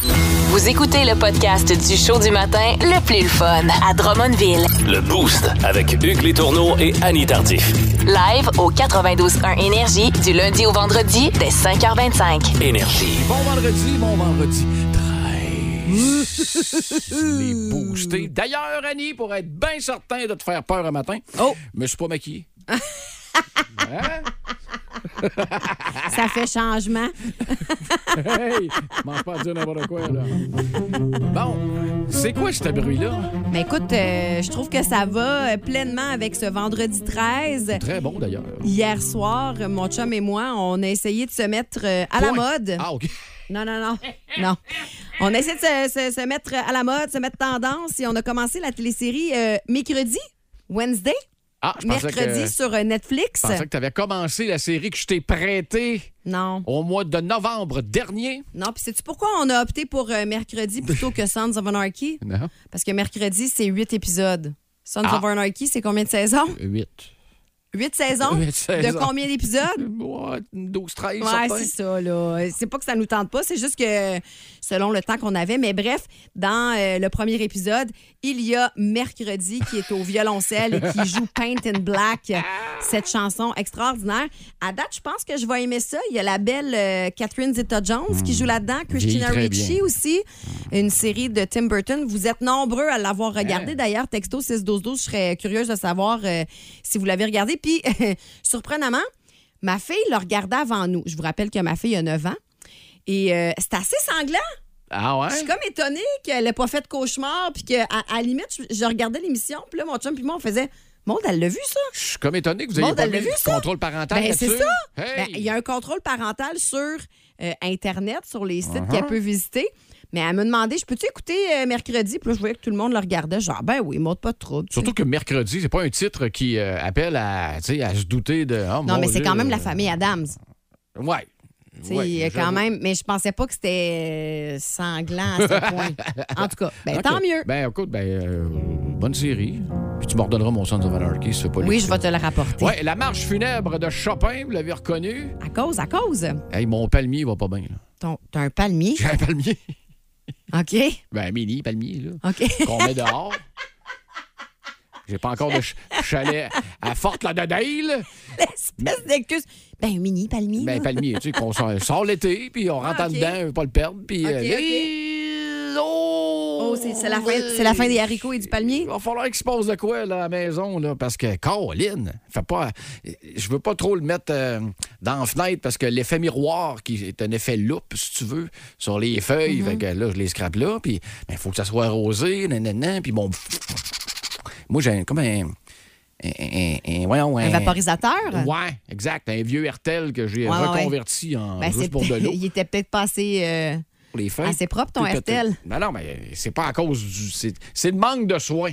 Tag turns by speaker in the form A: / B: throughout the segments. A: Vous écoutez le podcast du show du matin le plus fun à Drummondville.
B: Le Boost avec Hugues Létourneau et Annie Tardif.
A: Live au 92.1 Énergie du lundi au vendredi dès 5h25.
B: Énergie.
C: Bon vendredi, bon vendredi. 13. Les boostés. D'ailleurs, Annie, pour être bien certain de te faire peur un matin,
D: Oh.
C: je me suis pas maquillé. Hein?
D: Ça fait changement.
C: Hey! Mange pas à dire n'importe quoi, là. Bon, c'est quoi ce bruit-là?
D: Mais écoute, euh, je trouve que ça va euh, pleinement avec ce vendredi 13.
C: Très bon, d'ailleurs.
D: Hier soir, mon chum et moi, on a essayé de se mettre euh, à la
C: Point.
D: mode.
C: Ah, OK.
D: Non, non, non. Non. On a essayé de se, se- se mettre à la mode, se mettre tendance et on a commencé la télésérie euh, mercredi, Wednesday,
C: Ah, je pensais
D: mercredi
C: que, je
D: sur euh, Netflix.
C: pensais que tu avais commencé la série que je t'ai prêtée
D: Non.
C: au mois de novembre dernier.
D: Non, puis sais-tu pourquoi on a opté pour euh, mercredi plutôt que Sons of Anarchy?
C: Non.
D: Parce que mercredi, c'est huit épisodes. Sons
C: Ah.
D: of Anarchy, c'est combien de saisons?
C: 8.
D: Huit saisons?
C: Huit saisons.
D: De combien d'épisodes?
C: 12, 13,
D: Ouais, c'est ça, là. C'est pas que ça nous tente pas, c'est juste que selon le temps qu'on avait. Mais bref, dans euh, le premier épisode, il y a Mercredi qui est au violoncelle et qui joue Paint in Black, cette chanson extraordinaire. À date, je pense que je vais aimer ça. Il y a la belle euh, Catherine Zeta-Jones qui joue là-dedans, Christina
C: Hmm. Vieillit très
D: Ricci
C: bien.
D: aussi, une série de Tim Burton. Vous êtes nombreux à
C: Eh.
D: l'avoir regardé. D'ailleurs, texto 61212, je serais curieuse de savoir euh, si vous l'avez regardé. Puis, surprenamment, ma fille le regardait avant nous. Je vous rappelle que ma fille a 9 ans. Et euh, c'est assez sanglant.
C: Ah ouais?
D: Je suis comme étonnée qu'elle n'ait pas fait de cauchemar. Puis que, à, à la limite, je, je regardais l'émission. Puis là, mon chum puis moi, on faisait... Monde, elle l'a vu, ça?
C: Je suis comme étonné que vous
D: Bon,
C: ayez pas
D: elle l'a
C: mis
D: vu,
C: du
D: ça?
C: contrôle parental
D: Ben, c'est
C: là-dessus.
D: ça. Ben,
C: Hey!
D: Il y a un contrôle parental sur euh, Internet, sur les sites
C: Uh-huh.
D: qu'elle peut visiter. Mais elle me demandait, je peux-tu écouter euh, mercredi? Puis là, je voyais que tout le monde le regardait. Genre, ben oui, monte pas de trouble. tu sais.
C: Surtout que mercredi, c'est pas un titre qui euh, appelle à, tu sais, à se douter de. Oh,
D: non,
C: mon
D: mais c'est
C: Dieu,
D: quand même la
C: euh,
D: famille Adams.
C: Ouais.
D: Tu sais,
C: Ouais,
D: il y a quand
C: j'avoue.
D: même. Mais je pensais pas que c'était euh, sanglant à ce point. En tout cas, ben,
C: OK.
D: tant mieux.
C: Ben, écoute, ben, euh, bonne série. Puis tu m'ordonneras mon Sons of Anarchy si tu veux pas
D: oui, je
C: l'écouter.
D: vais te le rapporter.
C: Ouais, la marche funèbre de Chopin, vous l'avez reconnu.
D: À cause, à cause.
C: Hey, mon palmier, il va pas bien, là.
D: Ton- T'as un palmier.
C: J'ai un palmier.
D: OK.
C: Ben, un mini palmier, là.
D: OK.
C: Qu'on met dehors. J'ai pas encore de ch- chalet à forte la dedale
D: Espèce d'excuse. Ben, un mini palmier.
C: Ben,
D: là.
C: palmier, tu sais, qu'on sort, sort l'été, puis on rentre
D: Ah,
C: en
D: ok.
C: dedans, on veut pas le perdre, puis...
D: Ok,
C: euh,
D: ok.
C: les- Oh,
D: Oh, c'est c'est la, fin- c'est la fin des haricots et du palmier?
C: Il va falloir qu'il se passe de quoi là, à la maison, là, parce que Caroline, fait pas, je veux pas trop le mettre euh, dans la fenêtre parce que l'effet miroir, qui est un effet loupe, si tu veux, sur les feuilles,
D: Mm-hmm.
C: fait que là, je les scrape là, puis il faut que ça soit arrosé, nanana, puis bon... Moi, j'ai un- comme un... un- un- un- voyons,
D: Un vaporisateur?
C: Ouais, exact. Un vieux Hertel que j'ai
D: Ouais, ouais,
C: reconverti en
D: Ben, c'est
C: juste pour de l'eau.
D: il était peut-être pas assez. euh,
C: pour les feuilles.
D: Ah, c'est propre, ton
C: Tout, tout,
D: Hertel.
C: tout. Non, non, mais c'est pas à cause du. C'est c'est le manque de soins.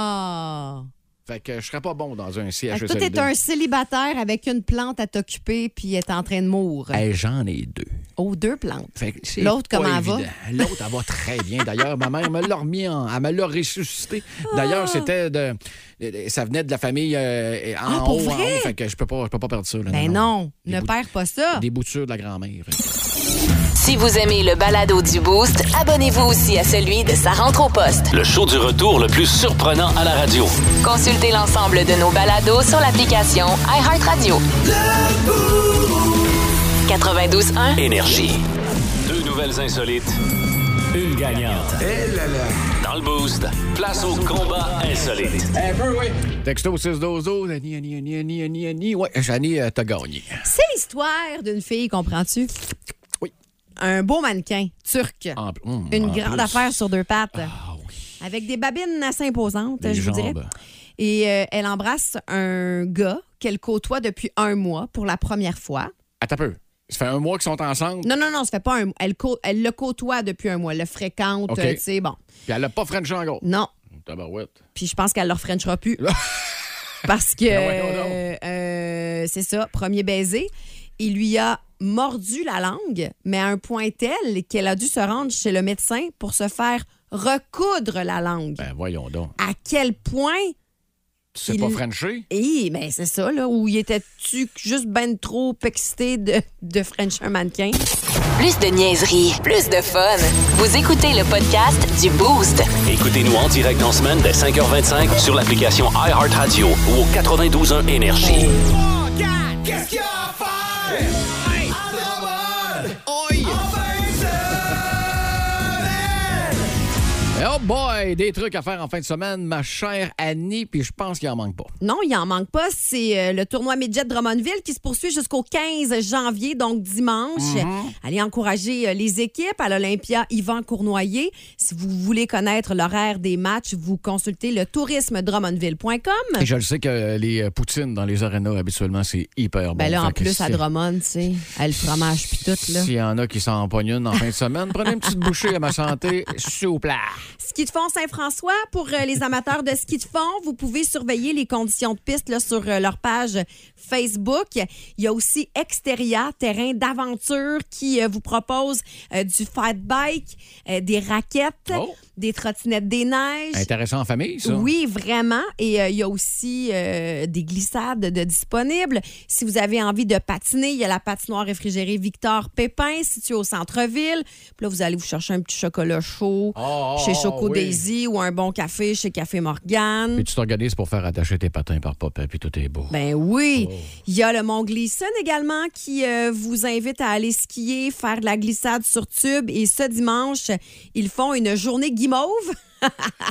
D: Ah!
C: Fait que je serais pas bon dans un E
D: Fait que
C: CHSLD.
D: Toi, t'es un célibataire avec une plante à t'occuper puis est en train de mourir.
C: Hey, J'en ai deux.
D: Oh, deux plantes.
C: Fait que c'est
D: L'autre,
C: pas
D: comment elle va?
C: évident. L'autre, elle va très bien. D'ailleurs, ma mère me l'a remis en. Elle me l'a ressuscité.
D: Ah!
C: D'ailleurs, c'était de. Ça venait de la famille euh, en
D: Ah, pour
C: haut, en
D: vrai?
C: haut. Fait que je peux pas, je peux pas perdre ça. là.
D: Ben non,
C: Des
D: ne
C: bouts-
D: perds pas ça.
C: Des boutures de la grand-mère.
A: Si vous aimez le balado du Boost, abonnez-vous aussi à celui de sa rentre au poste.
B: Le show du retour le plus surprenant à la radio.
A: Consultez l'ensemble de nos balados sur l'application iHeartRadio. 92.1
B: Énergie. Deux nouvelles insolites. Une gagnante. Dans le Boost, place au combat insolite.
C: Texto 612, Annie, Annie, Annie, Annie, Annie, Annie. Ouais, Annie, euh, t'as gagné.
D: C'est l'histoire d'une fille, comprends-tu?
C: Oui.
D: Un beau mannequin turc.
C: En pl- hum,
D: Une
C: en
D: grande
C: plus. Ah.
D: affaire sur deux pattes. Avec des babines assez imposantes,
C: Des
D: je vous dirais.
C: jambes.
D: Et euh, elle embrasse un gars qu'elle côtoie depuis un mois pour la première fois.
C: Attends un peu. Ça fait un mois qu'ils sont ensemble,
D: Non, non, non, ça fait pas un mois. Elle, cô- elle le côtoie depuis un mois, le fréquente,
C: OK.
D: euh, tu sais, bon.
C: puis elle a pas French en gros.
D: Non,
C: Tabarouette.
D: puis je pense qu'elle leur frenchera plus. Parce que
C: Ben voyons donc.
D: euh, c'est ça, premier baiser, il lui a mordu la langue, mais à un point tel qu'elle a dû se rendre chez le médecin pour se faire recoudre la langue.
C: Ben voyons donc.
D: À quel point
C: Tu sais
D: Il-
C: pas Frencher?
D: Et ben c'est ça, là, où il était-tu juste ben trop excité de, de French un mannequin?
A: Plus de niaiserie, plus de fun. Vous écoutez le podcast du Boost.
B: Écoutez-nous en direct en semaine dès 5h25 sur l'application iHeartRadio ou au 92.1 Énergie.
C: Eh Oh boy, des trucs à faire en fin de semaine, ma chère Annie, puis je pense qu'il en manque pas.
D: Non, il en manque pas. C'est euh, le tournoi Midget Drummondville qui se poursuit jusqu'au 15 janvier, donc dimanche.
C: Mm-hmm.
D: Allez encourager euh, les équipes à l'Olympia Yvan Cournoyer. Si vous voulez connaître l'horaire des matchs, vous consultez le tourisme-drummondville.com.
C: Et je le sais que les euh, poutines dans les arénas, habituellement, c'est hyper bon.
D: Ben là,
C: Fait
D: en
C: que
D: plus, à
C: si-
D: Drummond, tu sais, à le fromage puis tout, là.
C: S'il y en a qui s'en pognent une en fin de semaine, prenez une petite bouchée à ma santé, souple.
D: Ski de fond Saint-François, pour euh, les amateurs de ski de fond, vous pouvez surveiller les conditions de piste là, sur euh, leur page Facebook. Il y a aussi Exteria, terrain d'aventure, qui euh, vous propose euh, du fat bike, euh, des raquettes,
C: Oh.
D: des trottinettes des neiges.
C: Intéressant en famille, ça.
D: Oui, vraiment. Et euh, il y a aussi euh, des glissades de disponibles. Si vous avez envie de patiner, il y a la patinoire réfrigérée Victor Pépin, située au centre-ville. Puis là, vous allez vous chercher un petit chocolat chaud
C: Oh, oh,
D: chez Choco
C: oui.
D: Daisy ou un bon café chez Café Morgane.
C: Puis tu t'organises pour faire attacher tes patins par papa, puis tout est beau.
D: Ben oui.
C: Oh.
D: Il y a le Mont Glisson également qui euh, vous invite à aller skier, faire de la glissade sur tube. Et ce dimanche, ils font une journée guimauve.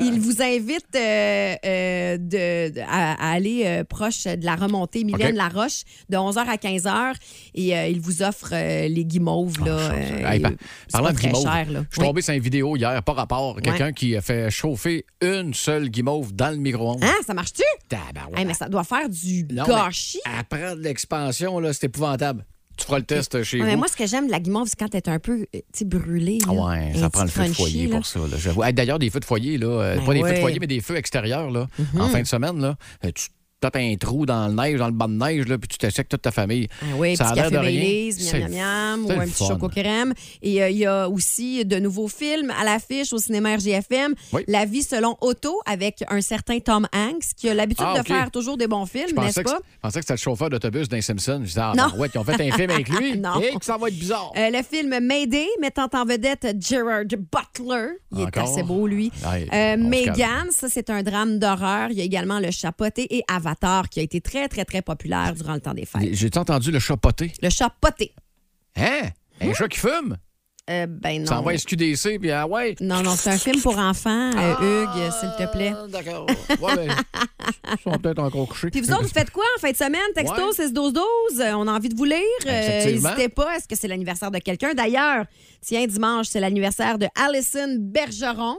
D: ils vous invitent euh, euh, de, de- à, à aller euh, proche de la remontée Mylène
C: OK.
D: Laroche de 11h à 15h. Et euh, ils vous offrent euh, les guimauves. Là, euh,
C: Ah, Hey, par-
D: et c'est
C: parlant
D: pas
C: de
D: très
C: guimauve,
D: cher, là.
C: je suis
D: Oui.
C: tombé sur une vidéo hier, par rapport, quelqu'un qui a fait chauffer une seule guimauve dans le micro-ondes.
D: Hein, ça marche-tu?
C: Tabarouette.
D: Hey, mais ça doit faire du
C: Non, mais
D: gâchis.
C: Après de l'expansion, là, c'est épouvantable. Tu feras le test chez
D: Ouais, mais
C: vous. Ah
D: moi, ce que j'aime de la guimauve, c'est quand t'es un peu euh, tu sais, brûlée. là.
C: Ouais,
D: Un
C: ça prend le
D: petit
C: feu de
D: crunchy,
C: foyer
D: là.
C: pour ça. là, j'avoue. Hey, D'ailleurs, des feux de foyer, là, euh,
D: Ben
C: pas des feux de
D: ouais. Mhm.
C: foyer, mais des feux extérieurs, là, en fin de semaine, là, euh, tu tapes un trou dans le neige, dans le bas de neige, là, puis tu t'assèques toute ta famille.
D: Ah oui,
C: ça a
D: petit
C: l'air
D: café
C: de rien.
D: Baileys,
C: C'est-
D: miam miam miam,
C: c'est
D: ou
C: le
D: un petit
C: fun.
D: choco crème. Et euh, il y a aussi de nouveaux films à l'affiche au cinéma RGFM.
C: Oui.
D: La vie selon Otto avec un certain Tom Hanks qui a l'habitude
C: Ah,
D: de
C: OK.
D: faire toujours des bons films,
C: Je
D: n'est-ce
C: pensais que,
D: pas?
C: je pensais que c'était le chauffeur d'autobus d'un Simpson. Je disais, ah,
D: Non.
C: ben, ouais, ils ont fait un film avec lui.
D: Non.
C: Et que ça va être bizarre.
D: Euh, le film Mayday, mettant en vedette Gerard Butler. Il est
C: Encore?
D: assez beau, lui.
C: Ouais,
D: Euh,
C: on se
D: Megan, ça, c'est un drame d'horreur. Il y a également Le Chapoté et Avatar, qui a été très, très, très populaire durant le temps des fêtes.
C: J'ai entendu le chat poté.
D: Le Chapoté.
C: Hein? Un chat qui fume?
D: Euh, ben non.
C: Ça envoie SQDC, puis ah ouais.
D: Non, non, c'est un film pour enfants, euh, Hugues, s'il te plaît.
C: Ah, D'accord. Ouais, ben, ils sont peut-être encore couchés.
D: Puis vous autres, vous faites quoi en fin de semaine? Texto
C: Ouais.
D: 6-12-12, euh, on a envie de vous lire. Euh,
C: Effectivement.
D: N'hésitez pas, est-ce que c'est l'anniversaire de quelqu'un? D'ailleurs, tiens, dimanche, c'est l'anniversaire de Alison Bergeron.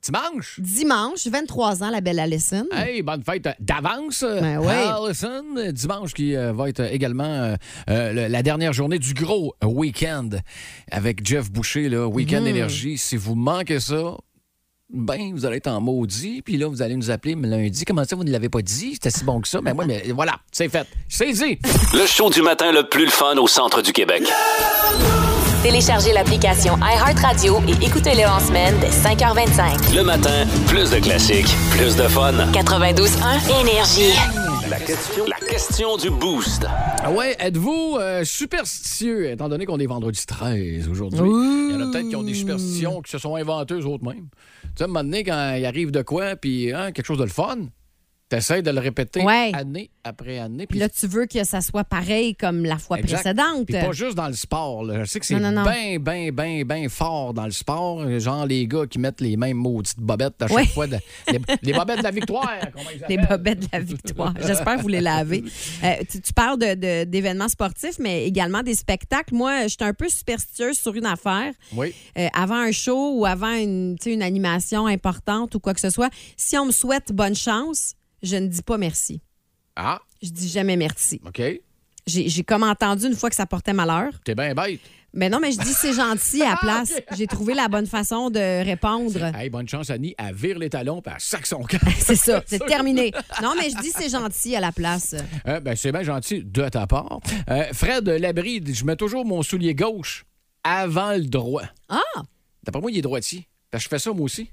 C: Dimanche?
D: Dimanche, 23 ans, la belle Alison.
C: Hey, bonne fête euh, d'avance,
D: Mmh. Ben oui.
C: Allison. Dimanche qui euh, va être également euh, euh, le- la dernière journée du gros week-end avec Jeff Boucher, là, Week-end Énergie. Si vous manquez ça, ben, vous allez être en maudit. Puis là, vous allez nous appeler lundi. Comment ça, vous ne l'avez pas dit? C'était si bon que ça. Mais moi, mais voilà, c'est fait. C'est dit.
B: Le show du matin le plus le fun au centre du Québec.
A: Téléchargez l'application iHeartRadio et écoutez-le en semaine dès 5h25.
B: Le matin, plus de classiques, plus de fun.
A: 92.1 Énergie.
B: La question, la question du boost.
C: Ah ouais, êtes-vous euh, superstitieux, étant donné qu'on est vendredi 13 aujourd'hui? Il y en a peut-être qui ont des superstitions qui se sont inventées eux-mêmes. Tu sais, à un moment donné, quand il arrive de quoi, puis hein, quelque chose de le fun, t'essaies de le répéter
D: Ouais.
C: année après année.
D: Puis là, tu veux que ça soit pareil comme la fois
C: Exact.
D: précédente.
C: Puis pas juste dans le sport. là. Je sais que c'est
D: Non, non, non.
C: bien, bien, bien, bien fort dans le sport. Genre les gars qui mettent les mêmes maudites bobettes à chaque
D: Ouais.
C: fois. de- les, les bobettes de la victoire. comment ils
D: Les
C: appellent.
D: bobettes de la victoire. J'espère que vous les lavez. Euh, tu, tu parles de- de- d'événements sportifs, mais également des spectacles. Moi, je suis un peu superstitieuse sur une affaire.
C: Oui.
D: Euh, avant un show ou avant une, tu sais, une animation importante ou quoi que ce soit, si on me souhaite bonne chance, je ne dis pas merci.
C: Ah,
D: Je dis jamais merci.
C: OK. T'es
D: J'ai j'ai comme entendu une fois que ça portait malheur.
C: bien bête.
D: Mais non, mais je dis c'est gentil à la place. J'ai trouvé la bonne façon de répondre.
C: Hey, bonne chance, Annie, à virer les talons puis à sac son camp.
D: C'est ça, c'est terminé. Non, mais je dis c'est gentil à la place.
C: Euh, ben, c'est bien gentil de ta part. Euh, Fred Labrie, dit, je mets toujours mon soulier gauche avant le droit.
D: Ah!
C: D'après moi, il est droitier. Parce que je fais ça moi aussi.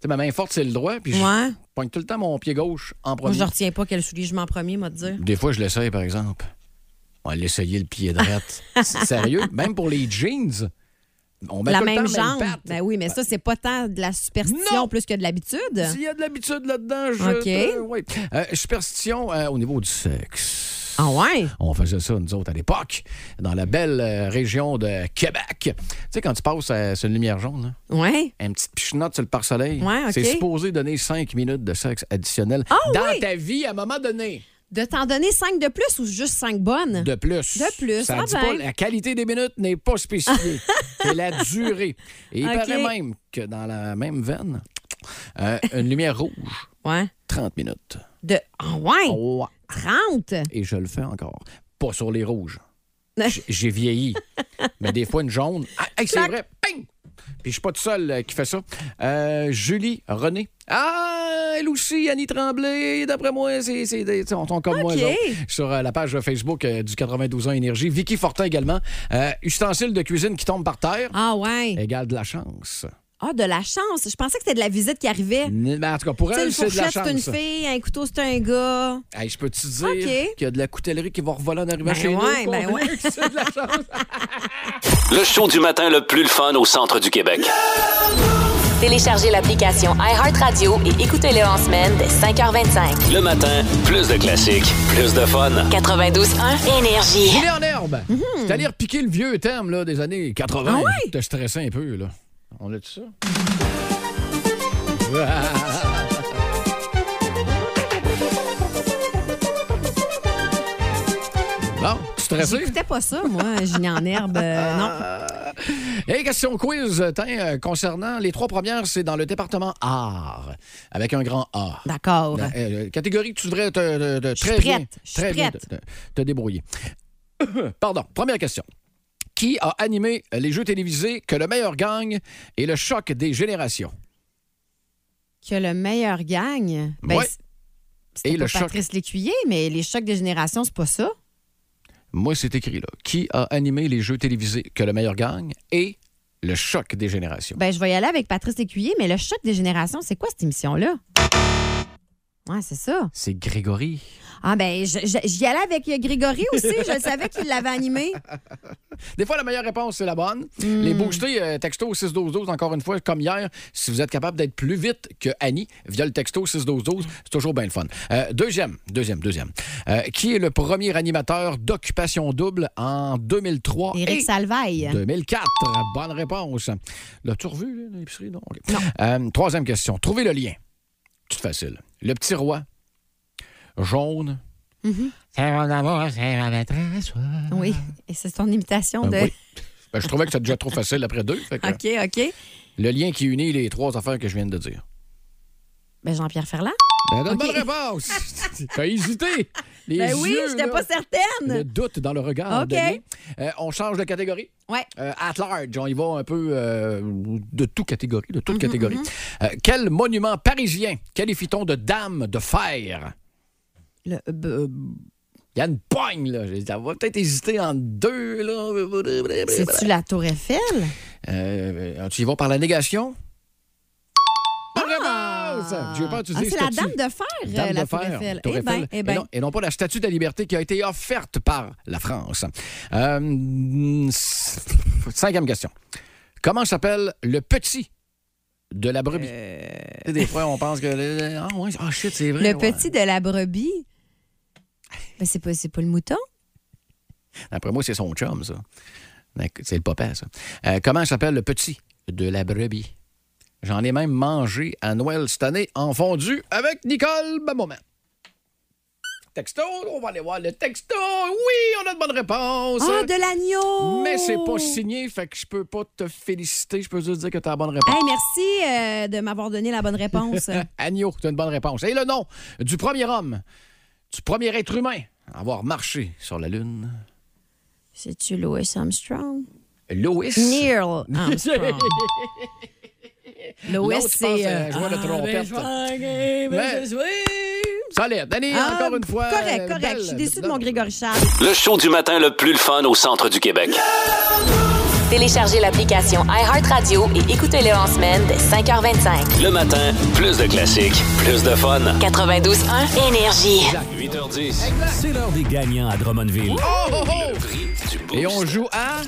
C: sais, ma main forte, c'est le droit, puis je
D: Ouais.
C: pogne tout le temps mon pied gauche en
D: Moi,
C: premier.
D: je retiens pas quel soulier je mets en premier, moi, te dire.
C: Des fois, je l'essaye, par exemple. On va l'essayer le pied droit. C'est sérieux, même pour les jeans, on met
D: la
C: tout le temps
D: même
C: la
D: jambe.
C: patte.
D: Ben oui, mais ça, c'est pas tant de la superstition
C: Non.
D: plus que de l'habitude.
C: S'il y a de l'habitude là-dedans, je.
D: OK.
C: euh, ouais. Euh, superstition euh, au niveau du sexe.
D: Ah ouais?
C: On faisait ça, nous autres, à l'époque, dans la belle euh, région de Québec. Tu sais, quand tu passes euh, sur une lumière jaune, là,
D: Ouais.
C: une petite pichenotte sur le pare-soleil,
D: Ouais, OK.
C: c'est supposé donner cinq minutes de sexe additionnel
D: Ah,
C: dans
D: oui!
C: ta vie à un moment donné.
D: De t'en donner cinq de plus ou juste cinq bonnes?
C: De plus.
D: De plus,
C: Ça
D: ah
C: dit
D: ben.
C: pas, la qualité des minutes n'est pas spécifiée. c'est la durée. Et il
D: OK.
C: paraît même que dans la même veine, euh, une lumière rouge,
D: Ouais.
C: 30 minutes.
D: De. Ah ouais?
C: Ouais.
D: 30?
C: et je le fais encore. Pas sur les rouges. J- J'ai vieilli. Mais des fois, une jaune. Ah, hey, c'est
D: Clac.
C: vrai. Ping! Puis je suis pas tout seul euh, qui fait ça. Euh, Julie, René. Ah, elle aussi, Annie Tremblay. D'après moi, c'est, c'est des- on tombe comme moi.
D: OK.
C: eux autres. Sur euh, la page Facebook euh, du 92 ans Énergie. Vicky Fortin également. Euh, ustensiles de cuisine qui tombent par terre.
D: Ah ouais.
C: Égale de la chance.
D: Ah, de la chance. Je pensais que c'était de la visite qui arrivait.
C: Mais ben, en tout cas, pour
D: Tu sais,
C: elle,
D: une
C: c'est de la
D: fourchette, c'est une
C: chance.
D: fille, un couteau, c'est un gars.
C: Hey, je peux te dire
D: OK.
C: qu'il y a de la coutellerie qui va revoler en arrivant
D: Ben
C: chez
D: ouais,
C: nous?
D: ben
C: Combien
D: ouais.
C: que c'est de la chance?
B: Le show du matin le plus le fun au centre du Québec.
A: Téléchargez l'application iHeartRadio et écoutez-le en semaine dès 5h25.
B: Le matin, plus de classiques, plus de fun.
A: 92.1 Énergie.
C: Il est en herbe. C'est allé repiquer le vieux thème là, des années 80.
D: Mhm. Ah ouais?
C: Te stresser un peu. là. On a dit ça? Bon, tu stressé?
D: J'écoutais pas ça, moi, Génie en herbe. euh, non.
C: Et question quiz, euh, tiens, euh, concernant les trois premières, c'est dans le département art, avec un grand A.
D: D'accord.
C: La- euh, catégorie que tu devrais te, te- te-
D: suis
C: très bien-
D: prête, je suis
C: très bien
D: prête.
C: te, te- te débrouiller. Pardon, première question. Qui a animé les jeux télévisés que le meilleur gagne et le choc des générations?
D: Que le meilleur gagne. Ben,
C: Ouais.
D: c'est- c'était
C: Et le
D: pas
C: choc.
D: Patrice Lécuyer, mais les chocs des générations, c'est pas ça.
C: Moi, c'est écrit là. Qui a animé les jeux télévisés que le meilleur gagne et le choc des générations?
D: Ben, je vais y aller avec Patrice Lécuyer, mais le choc des générations, c'est quoi cette émission-là? Ouais, c'est ça.
C: C'est Grégory.
D: Ah, ben, je- je- j'y allais avec euh, Grégory aussi. je le savais qu'il l'avait animé.
C: Des fois, la meilleure réponse, c'est la bonne.
D: Hmm.
C: Les boostés, euh, texto 61212, encore une fois, comme hier, si vous êtes capable d'être plus vite que Annie via le texto 61212, c'est toujours bien le fun. Euh, deuxième, deuxième, deuxième. Euh, qui est le premier animateur d'Occupation Double en 2003
D: Éric hein.
C: et
D: Salvaille.
C: 2004? Bonne réponse. L'as-tu revu, là, l'épicerie? Non. ok. Euh, troisième question. Trouvez le lien. Tout facile. Le petit roi, jaune.
D: Oui. Et c'est ton imitation de.
C: Ben oui. Ben, je trouvais que c'était déjà trop facile après deux. fait que-
D: OK, OK.
C: Le lien qui unit les trois affaires que je viens de dire.
D: Ben, Jean-Pierre Ferland.
C: Ben, donne
D: OK.
C: Bonne réponse! T'as hésité! Les
D: Ben oui,
C: yeux,
D: j'étais
C: là,
D: pas
C: Le
D: certaine.
C: doute dans le regard.
D: OK.
C: de Denis. Euh, on change de catégorie.
D: Ouais.
C: Euh, at large, on y va un peu euh, de toute catégorie, de
D: Mhm,
C: toute catégorie. Euh, quel monument parisien qualifie-t-on de dame de fer?
D: Le- euh,
C: Il y a une pogne, là. J'ai dit, On va peut-être hésiter en deux, là.
D: C'est-tu la Tour Eiffel?
C: Euh, tu y vas par la négation? Bonne réponse! J'ai peur que tu
D: Ah,
C: dises
D: c'est la
C: statue.
D: dame de fer, euh,
C: Dame
D: la
C: de
D: Tour
C: fer,
D: Eiffel.
C: Tour
D: eh ben,
C: Eiffel,
D: eh
C: et,
D: ben.
C: non, et non pas la Statue de la Liberté qui a été offerte par la France. Euh, c- cinquième question. Comment s'appelle le petit de la brebis? Tu sais, Des fois, on pense que... Ah ouais, ah, shit, c'est vrai.
D: Euh. Le
C: ouais.
D: petit de la brebis. Ben, c'est pas, c'est pas le mouton.
C: Après moi, c'est son chum, ça. D'ac- C'est le papa, ça. Euh, comment s'appelle le petit de la brebis? J'en ai même mangé à Noël cette année en fondu avec Nicole Bamoman. Texto, on va aller voir le texto. Oui, on a de bonnes réponses.
D: Ah, de l'agneau!
C: Mais c'est pas signé, fait que je peux pas te féliciter. Je peux juste dire que t'as la bonne réponse.
D: Hey, merci euh, de m'avoir donné la bonne réponse.
C: Agneau, t'as une bonne réponse. Et le nom du premier homme, du premier être humain à avoir marché sur la Lune.
D: C'est-tu Louis Armstrong?
C: Lois.
D: Neil Armstrong. Louis,
C: L'autre, je pense,
D: c'est. Ah, ben,
C: euh, joueur de trompette. Mais- Solide. Danny,
D: Ah,
C: encore une fois.
D: Correct,
C: euh,
D: correct.
C: belle-
D: Je suis déçue de
C: belle-
D: mon Grégory Charles.
B: Le show du matin le plus le fun au centre du Québec.
A: Téléchargez l'application iHeartRadio et écoutez-le en semaine dès 5h25.
B: Le matin, plus de classiques, plus de fun.
A: 92.1 Énergie.
B: 8h10, c'est l'heure des gagnants à Drummondville. Le prix du boost.
C: Et on joue à.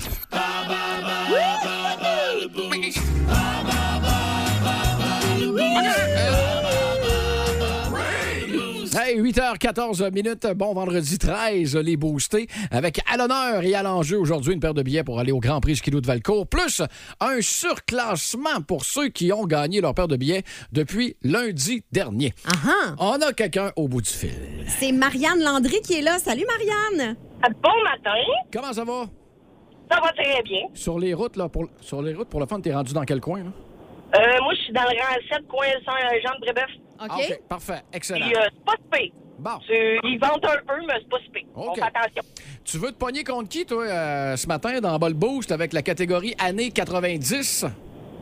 C: Hey, 8h14 minutes, bon vendredi 13, les boostés, avec à l'honneur et à l'enjeu aujourd'hui une paire de billets pour aller au Grand Prix Skidoo de Valcourt, plus un surclassement pour ceux qui ont gagné leur paire de billets depuis lundi dernier.
D: Ah, ah.
C: On a quelqu'un au bout du fil.
D: C'est Marianne Landry qui est là. Salut, Marianne.
E: Bon matin,
C: Comment ça va?
E: ça va très bien.
C: Sur les routes, là, pour, sur les routes, pour le fun, t'es rendu dans quel coin? Là?
E: Euh, moi, je suis dans le rang 7, coin Saint- Jean de Brébeuf.
D: OK.
C: Ah, OK, parfait, excellent.
E: Puis, euh, c'est pas spé.
C: Bon.
E: Tu, ils vendent un peu, mais c'est pas spé. On
C: OK.
E: fait attention.
C: Tu veux te pogner contre qui, toi, euh, ce matin, dans Bol Boost, avec la catégorie années 90?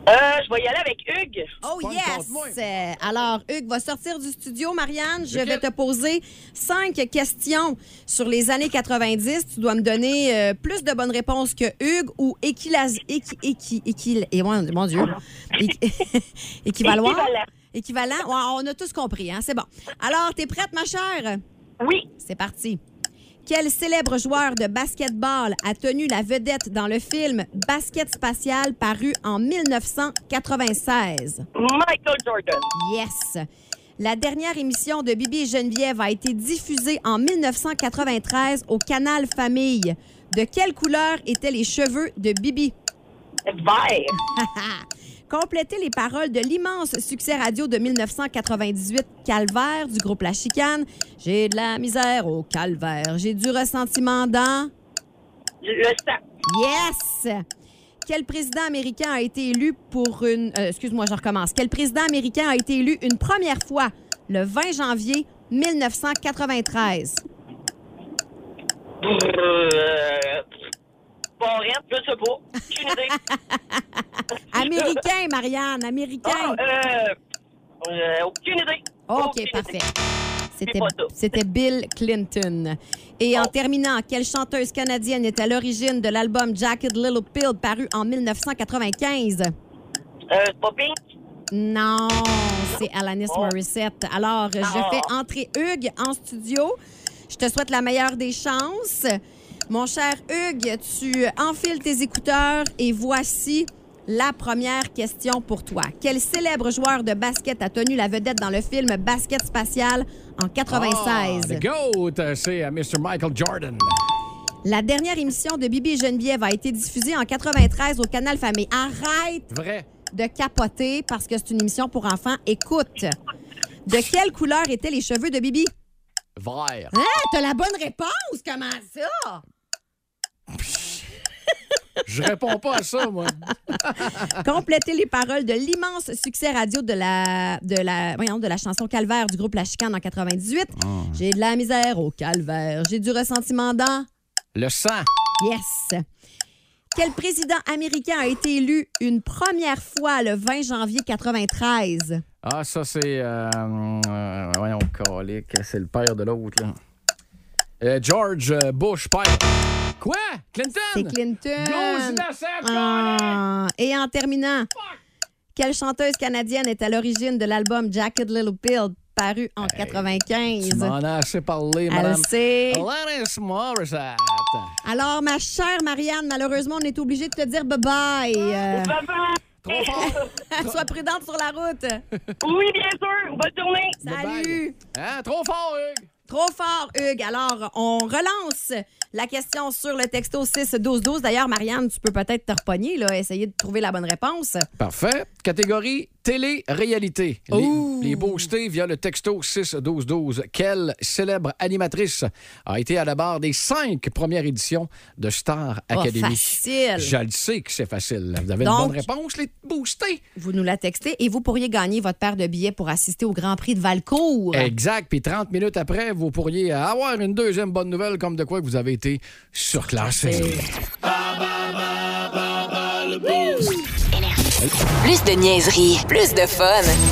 E: Euh, je vais y aller avec Hugues.
D: Oh
C: Pas une
D: yes!
C: contre moi.
D: Euh, Alors, Hugues va sortir du studio. Marianne, je
C: Ok.
D: vais te poser cinq questions sur les années 90. Tu dois me donner euh, plus de bonnes réponses que Hugues ou équilas- équi- équi- équil- et mon, mon Dieu. Équi- Équivalent.
E: Équivalent.
D: Équivalent. Ouais, on a tous compris, hein? c'est bon. Alors, t'es prête, ma chère?
E: Oui.
D: C'est parti. Quel célèbre joueur de basketball a tenu la vedette dans le film Basket spatial paru en 1996?
E: Michael Jordan.
D: Yes. La dernière émission de Bibi et Geneviève a été diffusée en 1993 au canal Famille. De quelle couleur étaient les cheveux de Bibi?
E: Vert.
D: Complétez les paroles de l'immense succès radio de 1998 Calvaire du groupe La Chicane. J'ai de la misère au calvaire. J'ai du ressentiment dans.
E: Le sang.
D: Yes! Quel président américain a été élu pour une. euh, Excuse-moi, je recommence. Quel président américain a été élu une première fois le 20 janvier 1993?
E: Euh, Barrette, je sais pas. J'ai une idée.
D: Américain, Marianne,
E: Ah,
D: américain.
E: euh, euh, aucune idée.
D: OK,
E: Aucune
D: parfait.
E: idée.
D: C'était-
E: pas ça.
D: C'était Bill Clinton. Et en terminant, quelle chanteuse canadienne est à l'origine de l'album Jacket Little Pill paru en 1995?
E: Euh, c'est pas Pink.
D: Non, c'est Alanis
E: Oh.
D: Morissette. Alors, je
E: Ah.
D: fais entrer Hugues en studio. Je te souhaite la meilleure des chances. Mon cher Hugues, tu enfiles tes écouteurs et voici la première question pour toi. Quel célèbre joueur de basket a tenu la vedette dans le film Basket spatial en 96?
C: Ah, the GOAT, c'est euh, Mr. Michael Jordan.
D: la dernière émission de Bibi et Geneviève a été diffusée en 93 au Canal Famille. Arrête
C: Vrai.
D: de capoter parce que c'est une émission pour enfants. Écoute, de quelle couleur étaient les cheveux de Bibi?
C: Vert.
D: Hein? T'as la bonne réponse? Comment ça?
C: Je réponds pas à ça, moi.
D: Complétez les paroles de l'immense succès radio de la, de la, voyons, de la chanson Calvaire du groupe La Chicane en 98. J'ai de la misère au calvaire. J'ai du ressentiment dans...
C: Le sang.
D: Yes! Quel président américain a été élu une première fois le 20 janvier 93?
C: Ah, ça, c'est. Euh, euh, voyons, colique. C'est le père de l'autre, là. Euh, George euh, Bush, père. Quoi? Clinton?
D: C'est Clinton.
C: Gros innocent, colique!
D: Ah, et en terminant, quelle chanteuse canadienne est à l'origine de l'album Jacket Little Pill paru en
C: Tu
D: 95?
C: m'en as assez parlé,
D: Elle
C: madame. Oh.
D: sait.
C: Alanis Morissette.
D: Alors, ma chère Marianne, malheureusement, on est obligé de te dire bye-bye. Euh,
E: Bye bye.
C: Trop fort.
D: sois prudente sur la route.
E: Oui, bien sûr. Bonne journée.
D: Salut.
C: Hein? Trop fort, Hugues.
D: Trop fort, Hugues. Alors, on relance la question sur le texto 6-12-12. D'ailleurs, Marianne, tu peux peut-être te repogner, là, essayer de trouver la bonne réponse.
C: Parfait. Catégorie télé-réalité.
D: Ouh.
C: Les, les boostés via le texto 6-12-12. Quelle célèbre animatrice a été à la barre des cinq premières éditions de Star
D: Oh,
C: Academy?
D: facile.
C: Je le sais que c'est facile. Vous avez
D: Donc-
C: une bonne réponse, les boostés.
D: Vous nous la textez et vous pourriez gagner votre paire de billets pour assister au Grand Prix de Valcourt.
C: Exact. Puis 30 minutes après, vous pourriez avoir une deuxième bonne nouvelle comme de quoi que vous avez été surclassé.
A: Plus de niaiserie, plus de fun.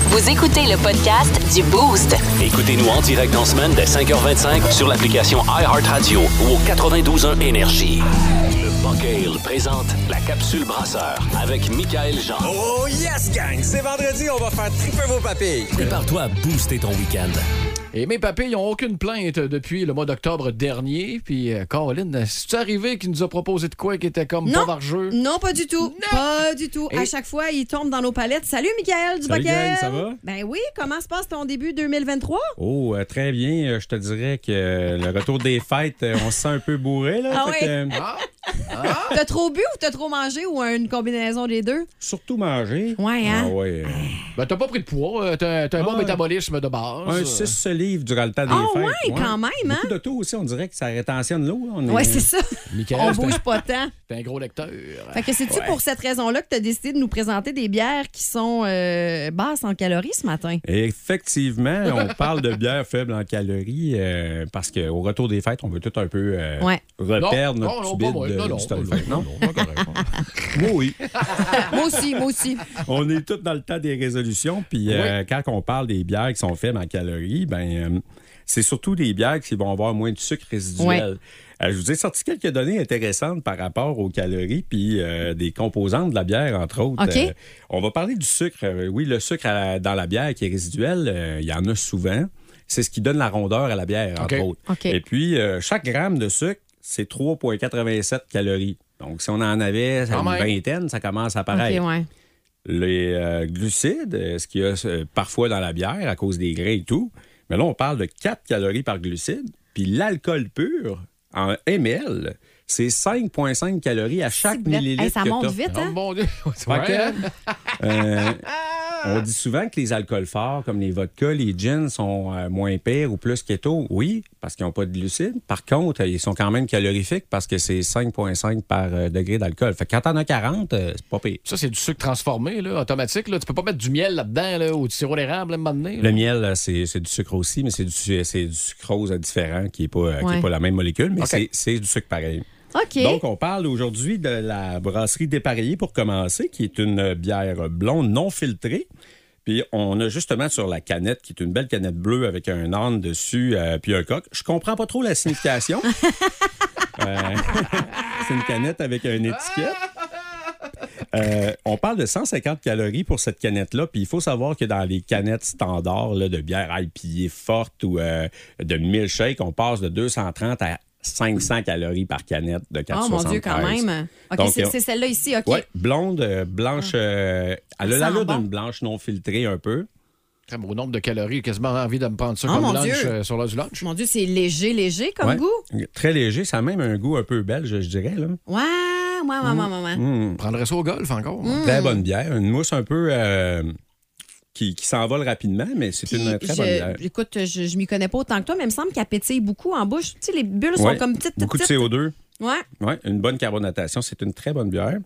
A: Vous écoutez le podcast du Boost.
B: Écoutez-nous en direct en semaine dès 5h25 sur l'application iHeartRadio ou au 92.1 Énergie. Le Buckale présente la capsule brasseur avec Michael Jean.
F: Oh yes, gang! C'est vendredi, on va faire triper vos papilles.
B: Prépare-toi à booster ton week-end.
C: Et mes papilles n'ont aucune plainte depuis le mois d'octobre dernier. Puis, euh, Caroline, c'est arrivé qu'il nous a proposé de quoi qui était comme
D: Non.
C: pas vargeux?
D: Non, pas du tout. Pas du tout. À
C: Et-
D: chaque fois, il tombe dans nos palettes. Salut, Michael du
G: Salut,
D: Bockel.
G: gang, ça va?
D: Ben oui, comment se passe ton début 2023?
G: Oh, euh, très bien. Euh, Je te dirais que euh, le retour des fêtes, euh, on se sent un peu bourré. Là,
D: Ah
G: Fait
D: oui?
G: que, euh,
D: T'as trop bu ou t'as trop mangé ou une combinaison des deux?
G: Surtout manger.
D: Ouais, hein?
G: Ah ouais, euh,
C: Ben, t'as pas pris de poids. euh, T'as t'as un bon
G: Ah.
C: métabolisme de base. euh,
G: un 6 livres durant le temps des
D: Ah
G: fêtes.
D: ouais, quand même, hein?
G: Beaucoup de taux aussi, on dirait que ça rétentionne l'eau. là. On est-
D: Ouais, c'est ça. On
G: Ah,
C: Michael, t'es
D: bouge pas tant.
C: un- t'es un gros lecteur.
D: Fait que c'est-tu pour cette raison-là que t'as décidé de nous présenter des bières qui sont euh, basses en calories ce matin?
G: Et Effectivement, on parle de bière faible en calories euh, parce qu'au retour des fêtes, on veut tout un peu euh,
D: Ouais.
G: reperdre
C: Non,
G: notre
C: non,
G: petit
C: pas
G: bit
C: moi.
G: de-
C: Non, non,
G: du temps des
C: non,
G: fêtes.
C: non,
G: Non? Moi, oui. Ah.
D: moi aussi, moi aussi.
G: On est tous dans le temps des résolutions. Puis euh, quand on parle des bières qui sont faibles en calories, ben euh, c'est surtout des bières qui vont avoir moins de sucre résiduel.
D: Ouais.
G: Euh, je vous ai sorti quelques données intéressantes par rapport aux calories puis euh, des composantes de la bière, entre autres. Euh,
D: OK.
G: on va parler du sucre. Euh, oui, le sucre à la- dans la bière qui est résiduel, euh, il y en a souvent. C'est ce qui donne la rondeur à la bière, entre
C: OK.
G: autres.
D: OK.
G: Et puis, euh, chaque gramme de sucre, c'est 3,87 calories. Donc, si on en avait
C: Quand
G: une
C: même.
G: vingtaine, ça commence à
D: OK,
G: paraître.
D: ouais.
G: Les euh, glucides, euh, ce qu'il y a euh, parfois dans la bière à cause des grains et tout. Mais là, on parle de 4 calories par glucide. Puis l'alcool pur, en ml, c'est 5,5 calories à chaque millilitre.
D: Hey, ça
G: que
D: monte
G: t'as. Ah
D: vite,
C: Oh
D: hein?
C: mon Dieu!
G: Fait
C: Ouais,
G: que,
C: hein?
G: euh, on dit souvent que les alcools forts, comme les vodkas, les gins, sont euh, moins pires ou plus keto. Oui, parce qu'ils n'ont pas de glucides. Par contre, euh, ils sont quand même calorifiques parce que c'est 5,5 par euh, degré d'alcool. Fait que quand t'en as 40, euh, c'est pas pire.
C: Ça, c'est du sucre transformé, là, automatique. Là. Tu peux pas mettre du miel là-dedans là, ou du sirop d'érable, là, un moment donné, là.
G: Le miel, là, c'est c'est du sucre aussi, mais c'est du, su- c'est du sucrose euh, différent qui n'est pas, euh, qui est
D: Ouais.
G: pas la même molécule, mais
C: OK.
G: c'est- c'est du sucre pareil.
D: OK.
G: Donc, on parle aujourd'hui de la brasserie Dépareillée pour commencer, qui est une euh, bière blonde non filtrée. Puis on a justement sur la canette, qui est une belle canette bleue avec un âne dessus, euh, puis un coq. Je comprends pas trop la signification. Euh, c'est une canette avec une étiquette. Euh, on parle de 150 calories pour cette canette-là, puis il faut savoir que dans les canettes standards là, de bière IPA forte ou euh, de milkshake, on passe de 230 à 500 calories par canette de 473.
D: oh mon Dieu, quand même. OK,
G: Donc,
D: c'est
G: euh,
D: c'est celle-là ici, OK. Ah.
G: Ouais, blonde, euh, blanche, euh, elle
D: Ça
G: a l'allure
D: sent bon.
G: d'une blanche non filtrée un peu.
C: Crème, Au nombre de calories, quasiment envie de me prendre ça
D: Oh, mon
C: comme lunch
D: Dieu.
C: euh, sur l'heure du lunch.
D: Mon Dieu, c'est léger, léger comme
G: Ouais.
D: goût.
G: Très léger, ça a même un goût un peu belge, je dirais. Là.
D: Ouais, ouais,
G: Mm.
D: ouais, ouais, ouais, ouais.
C: On prendrait ça au golf encore.
D: Mm.
G: Très
D: Hmm.
G: bonne bière, une mousse un peu euh, qui, qui s'envole rapidement, mais c'est
D: Puis
G: une très
D: je-
G: bonne bière.
D: écoute, je, je m'y connais pas autant que toi, mais il me semble qu'elle pétille beaucoup en bouche. Tu sais, les bulles sont
G: Ouais,
D: comme petites, petites,
G: Beaucoup de
D: petites.
G: CO2.
D: Ouais.
G: Ouais, une bonne carbonatation, c'est une très bonne bière.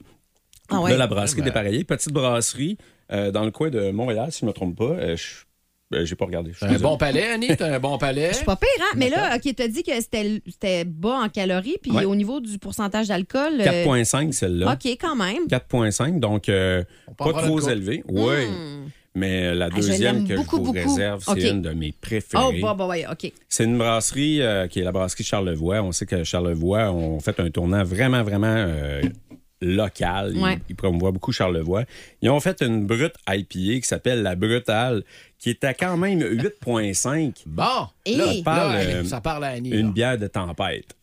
D: Ah ouais.
G: De la brasserie dépareillée, petite brasserie euh, dans le coin de Montréal, si je ne me trompe pas. Euh, je euh, j'ai pas regardé. je suis
C: Un
G: désolé.
C: bon palais, Annie, t'as un bon palais.
D: C'est pas pire, hein? Mais là, OK, t'as dit que c'était c'était bas en calories, puis
G: Ouais.
D: au niveau du pourcentage d'alcool. euh,
G: 4,5 celle-là.
D: OK, quand même.
G: 4,5, donc euh,
C: peut en
G: pas
C: prendre une
G: trop
C: coupe.
G: élevé. Oui. Mais la
D: Hmm. Ah, je
G: deuxième
D: l'aime
G: que
D: beaucoup,
G: je vous
D: beaucoup.
G: réserve, c'est
D: OK.
G: une de mes
D: Oh,
G: préférées.
D: bah, bah, ouais, OK.
G: C'est une brasserie euh, qui est la brasserie Charlevoix. On sait que Charlevoix ont fait un tournant vraiment, vraiment euh, local. Ils,
D: Ouais.
G: ils promouvoient beaucoup Charlevoix. Ils ont fait une brute IPA qui s'appelle la Brutale, qui était quand même 8,5.
C: Bon,
D: Et-
C: là,
D: On
G: parle,
C: là,
G: euh,
C: ça parle à Annie.
G: Une
C: là.
G: bière de tempête.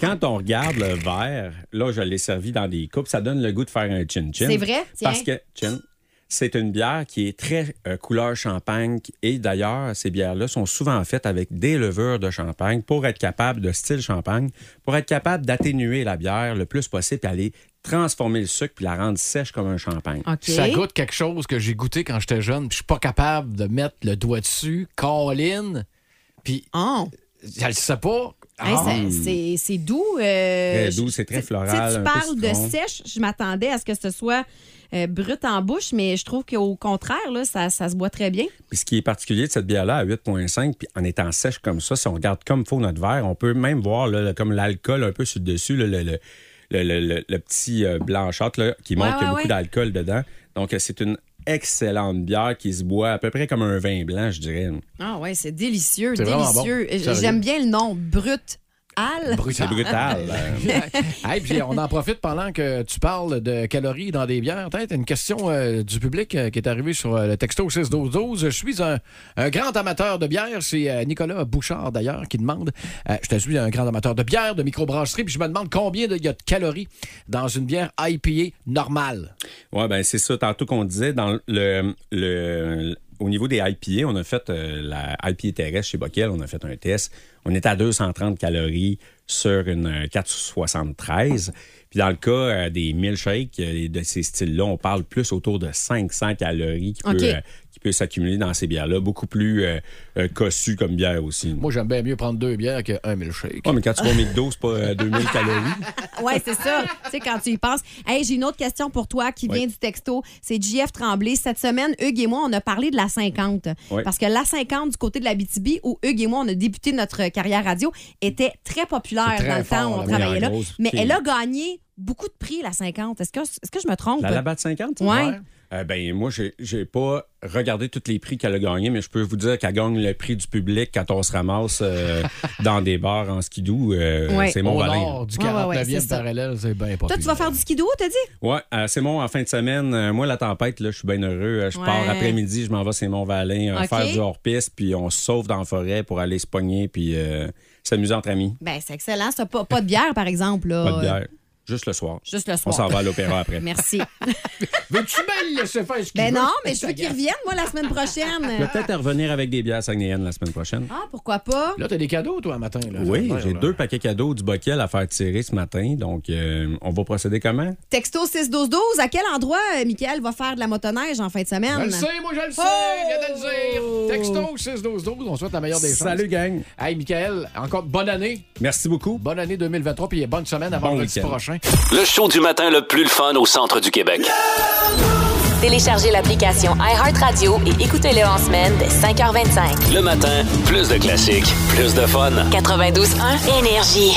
G: Quand on regarde le verre, là, je l'ai servi dans des coupes, ça donne le goût de faire un chin-chin.
D: C'est vrai, tiens.
G: Parce que, chin, c'est une bière qui est très euh, couleur champagne. Et d'ailleurs, ces bières-là sont souvent faites avec des levures de champagne pour être capable de style champagne, pour être capable d'atténuer la bière le plus possible puis aller transformer le sucre puis la rendre sèche comme un champagne.
D: OK.
C: Ça goûte quelque chose que j'ai goûté quand j'étais jeune, puis je suis pas capable de mettre le doigt dessus. Colline, puis
D: Oh.
C: je le sais pas.
D: Hey,
C: Ah,
D: ça- Hein, c'est- c'est doux. euh,
G: Très doux,
D: je-
G: c'est très
D: tu-
G: floral,
D: tu sais, Tu
G: un peu
D: parles de
G: citron.
D: sèche. Je m'attendais à ce que ce soit euh, brut en bouche, mais je trouve qu'au contraire, là, ça, ça se boit très bien.
G: Puis ce qui est particulier de cette bière-là à 8,5, puis en étant sèche comme ça, si on regarde comme faut notre verre, on peut même voir là, le- comme l'alcool un peu sur le dessus, là, le, le- le- le- le- le petit euh, blanchâtre là, qui montre
D: Ouais,
G: qu'il y a
D: ouais,
G: beaucoup
D: ouais.
G: d'alcool dedans. Donc, euh, c'est une excellente bière qui se boit à peu près comme un vin blanc, je dirais.
D: Ah ouais, c'est délicieux,
C: C'est vraiment
D: délicieux.
C: bon.
D: Euh,
C: Sérieux.
D: J'aime bien le nom, brut
C: Ah,
D: brutal.
G: C'est brutal. hein.
C: Hey, puis on en profite pendant que tu parles de calories dans des bières. T'as t'as une question euh, du public euh, qui est arrivée sur euh, le texto 61212. Je suis un, un grand amateur de bière. C'est euh, Nicolas Bouchard, d'ailleurs, qui demande euh, Je te suis un grand amateur de bière, de microbrasserie, puis je me demande combien de- il y a de calories dans une bière IPA normale.
G: Oui, ben c'est ça. Tantôt qu'on disait, dans le, le- au niveau des IPA, on a fait euh, la IPA terrestre chez Bockel, on a fait un test. On est à 230 calories sur une euh, 473. Puis dans le cas euh, des milkshakes euh, et de ces styles-là, on parle plus autour de 500 calories qui peut,
D: OK.
G: euh, qui peut s'accumuler dans ces bières-là. Beaucoup plus euh, euh, cossu comme bière aussi.
C: Moi, j'aime bien mieux prendre deux bières qu'un milkshake.
G: Ouais, Ah, mais quand tu vas au McDo, c'est pas euh, 2000 calories.
D: Ouais, c'est ça. tu sais, quand tu y penses. Hey, j'ai une autre question pour toi qui vient
G: Oui.
D: du texto. C'est JF Tremblay. Cette semaine, Hugues et moi, on a parlé de la 50.
G: Oui.
D: Parce que la 50 du côté de la BTB, où Hugues et moi, on a débuté notre carrière radio, était très populaire
C: C'est très
D: dans le
C: fort,
D: temps où on
C: la
D: travaillait là.
G: première grosse
D: Mais
G: qui-
D: elle a gagné beaucoup de prix, la 50. Est-ce que, est-ce que je me trompe?
G: La Labatt 50?
D: Ouais.
G: Euh, ben, moi, j'ai- j'ai pas regardé tous les prix qu'elle a gagné, mais je peux vous dire qu'elle gagne le prix du public quand on se ramasse euh, dans des bars en skidoo. Euh,
D: Ouais.
G: C'est
C: Au
G: mon
C: nord
G: ballon.
C: du
D: Ouais, ouais,
C: 49e
D: ouais, c'est ça.
C: parallèle, c'est bien pas
D: Toi, tu vas faire du skidoo, t'as dit?
G: Ouais, euh, c'est mon en fin de semaine. euh, moi, la tempête, là, je suis bien heureux. Euh, Je
D: Ouais.
G: pars après-midi, je m'en vais, c'est mon valin, euh,
D: Ok.
G: faire du hors-piste, puis on se sauve dans la forêt pour aller se pogner, puis euh, s'amuser entre amis.
D: Ben, c'est excellent. Ça, pas, pas de bière, par exemple. là.
G: Pas de bière. Juste le soir.
D: Juste le
G: On
D: soir.
G: s'en va à l'opéra après.
D: Merci.
C: Veux-tu bien le laisser faire ce qu'il
D: ben
C: veut?
D: non, mais je veux qu'ils reviennent, moi, la semaine
G: Je vais
D: prochaine.
G: peut-être revenir avec des bières saguenéennes la semaine prochaine.
D: Ah, pourquoi pas?
C: Là, t'as des cadeaux, toi, un matin. Là,
G: Oui,
C: J'espère,
G: j'ai
C: là.
G: deux paquets cadeaux du Bockel à faire tirer ce matin. Donc, euh, on va procéder comment?
D: Texto 61212, à quel endroit euh, Michael va faire de la motoneige en fin de semaine?
C: Je le sais, moi, je le sais.
D: Oh!
C: Viens de le dire. Texto 6 12 12 on souhaite la meilleure des chances.
G: Salut, gang!
C: Hey, Michael, encore bonne année.
G: Merci beaucoup.
C: Bonne année 2023 puis bonne semaine avant
G: Bon
C: le lundi
G: week-end.
C: prochain.
B: Le show du matin le plus le fun au centre du Québec.
A: Téléchargez l'application iHeartRadio et écoutez-le en semaine dès 5h25.
B: Le matin, plus de classiques, plus de fun.
A: 92.1 Énergie.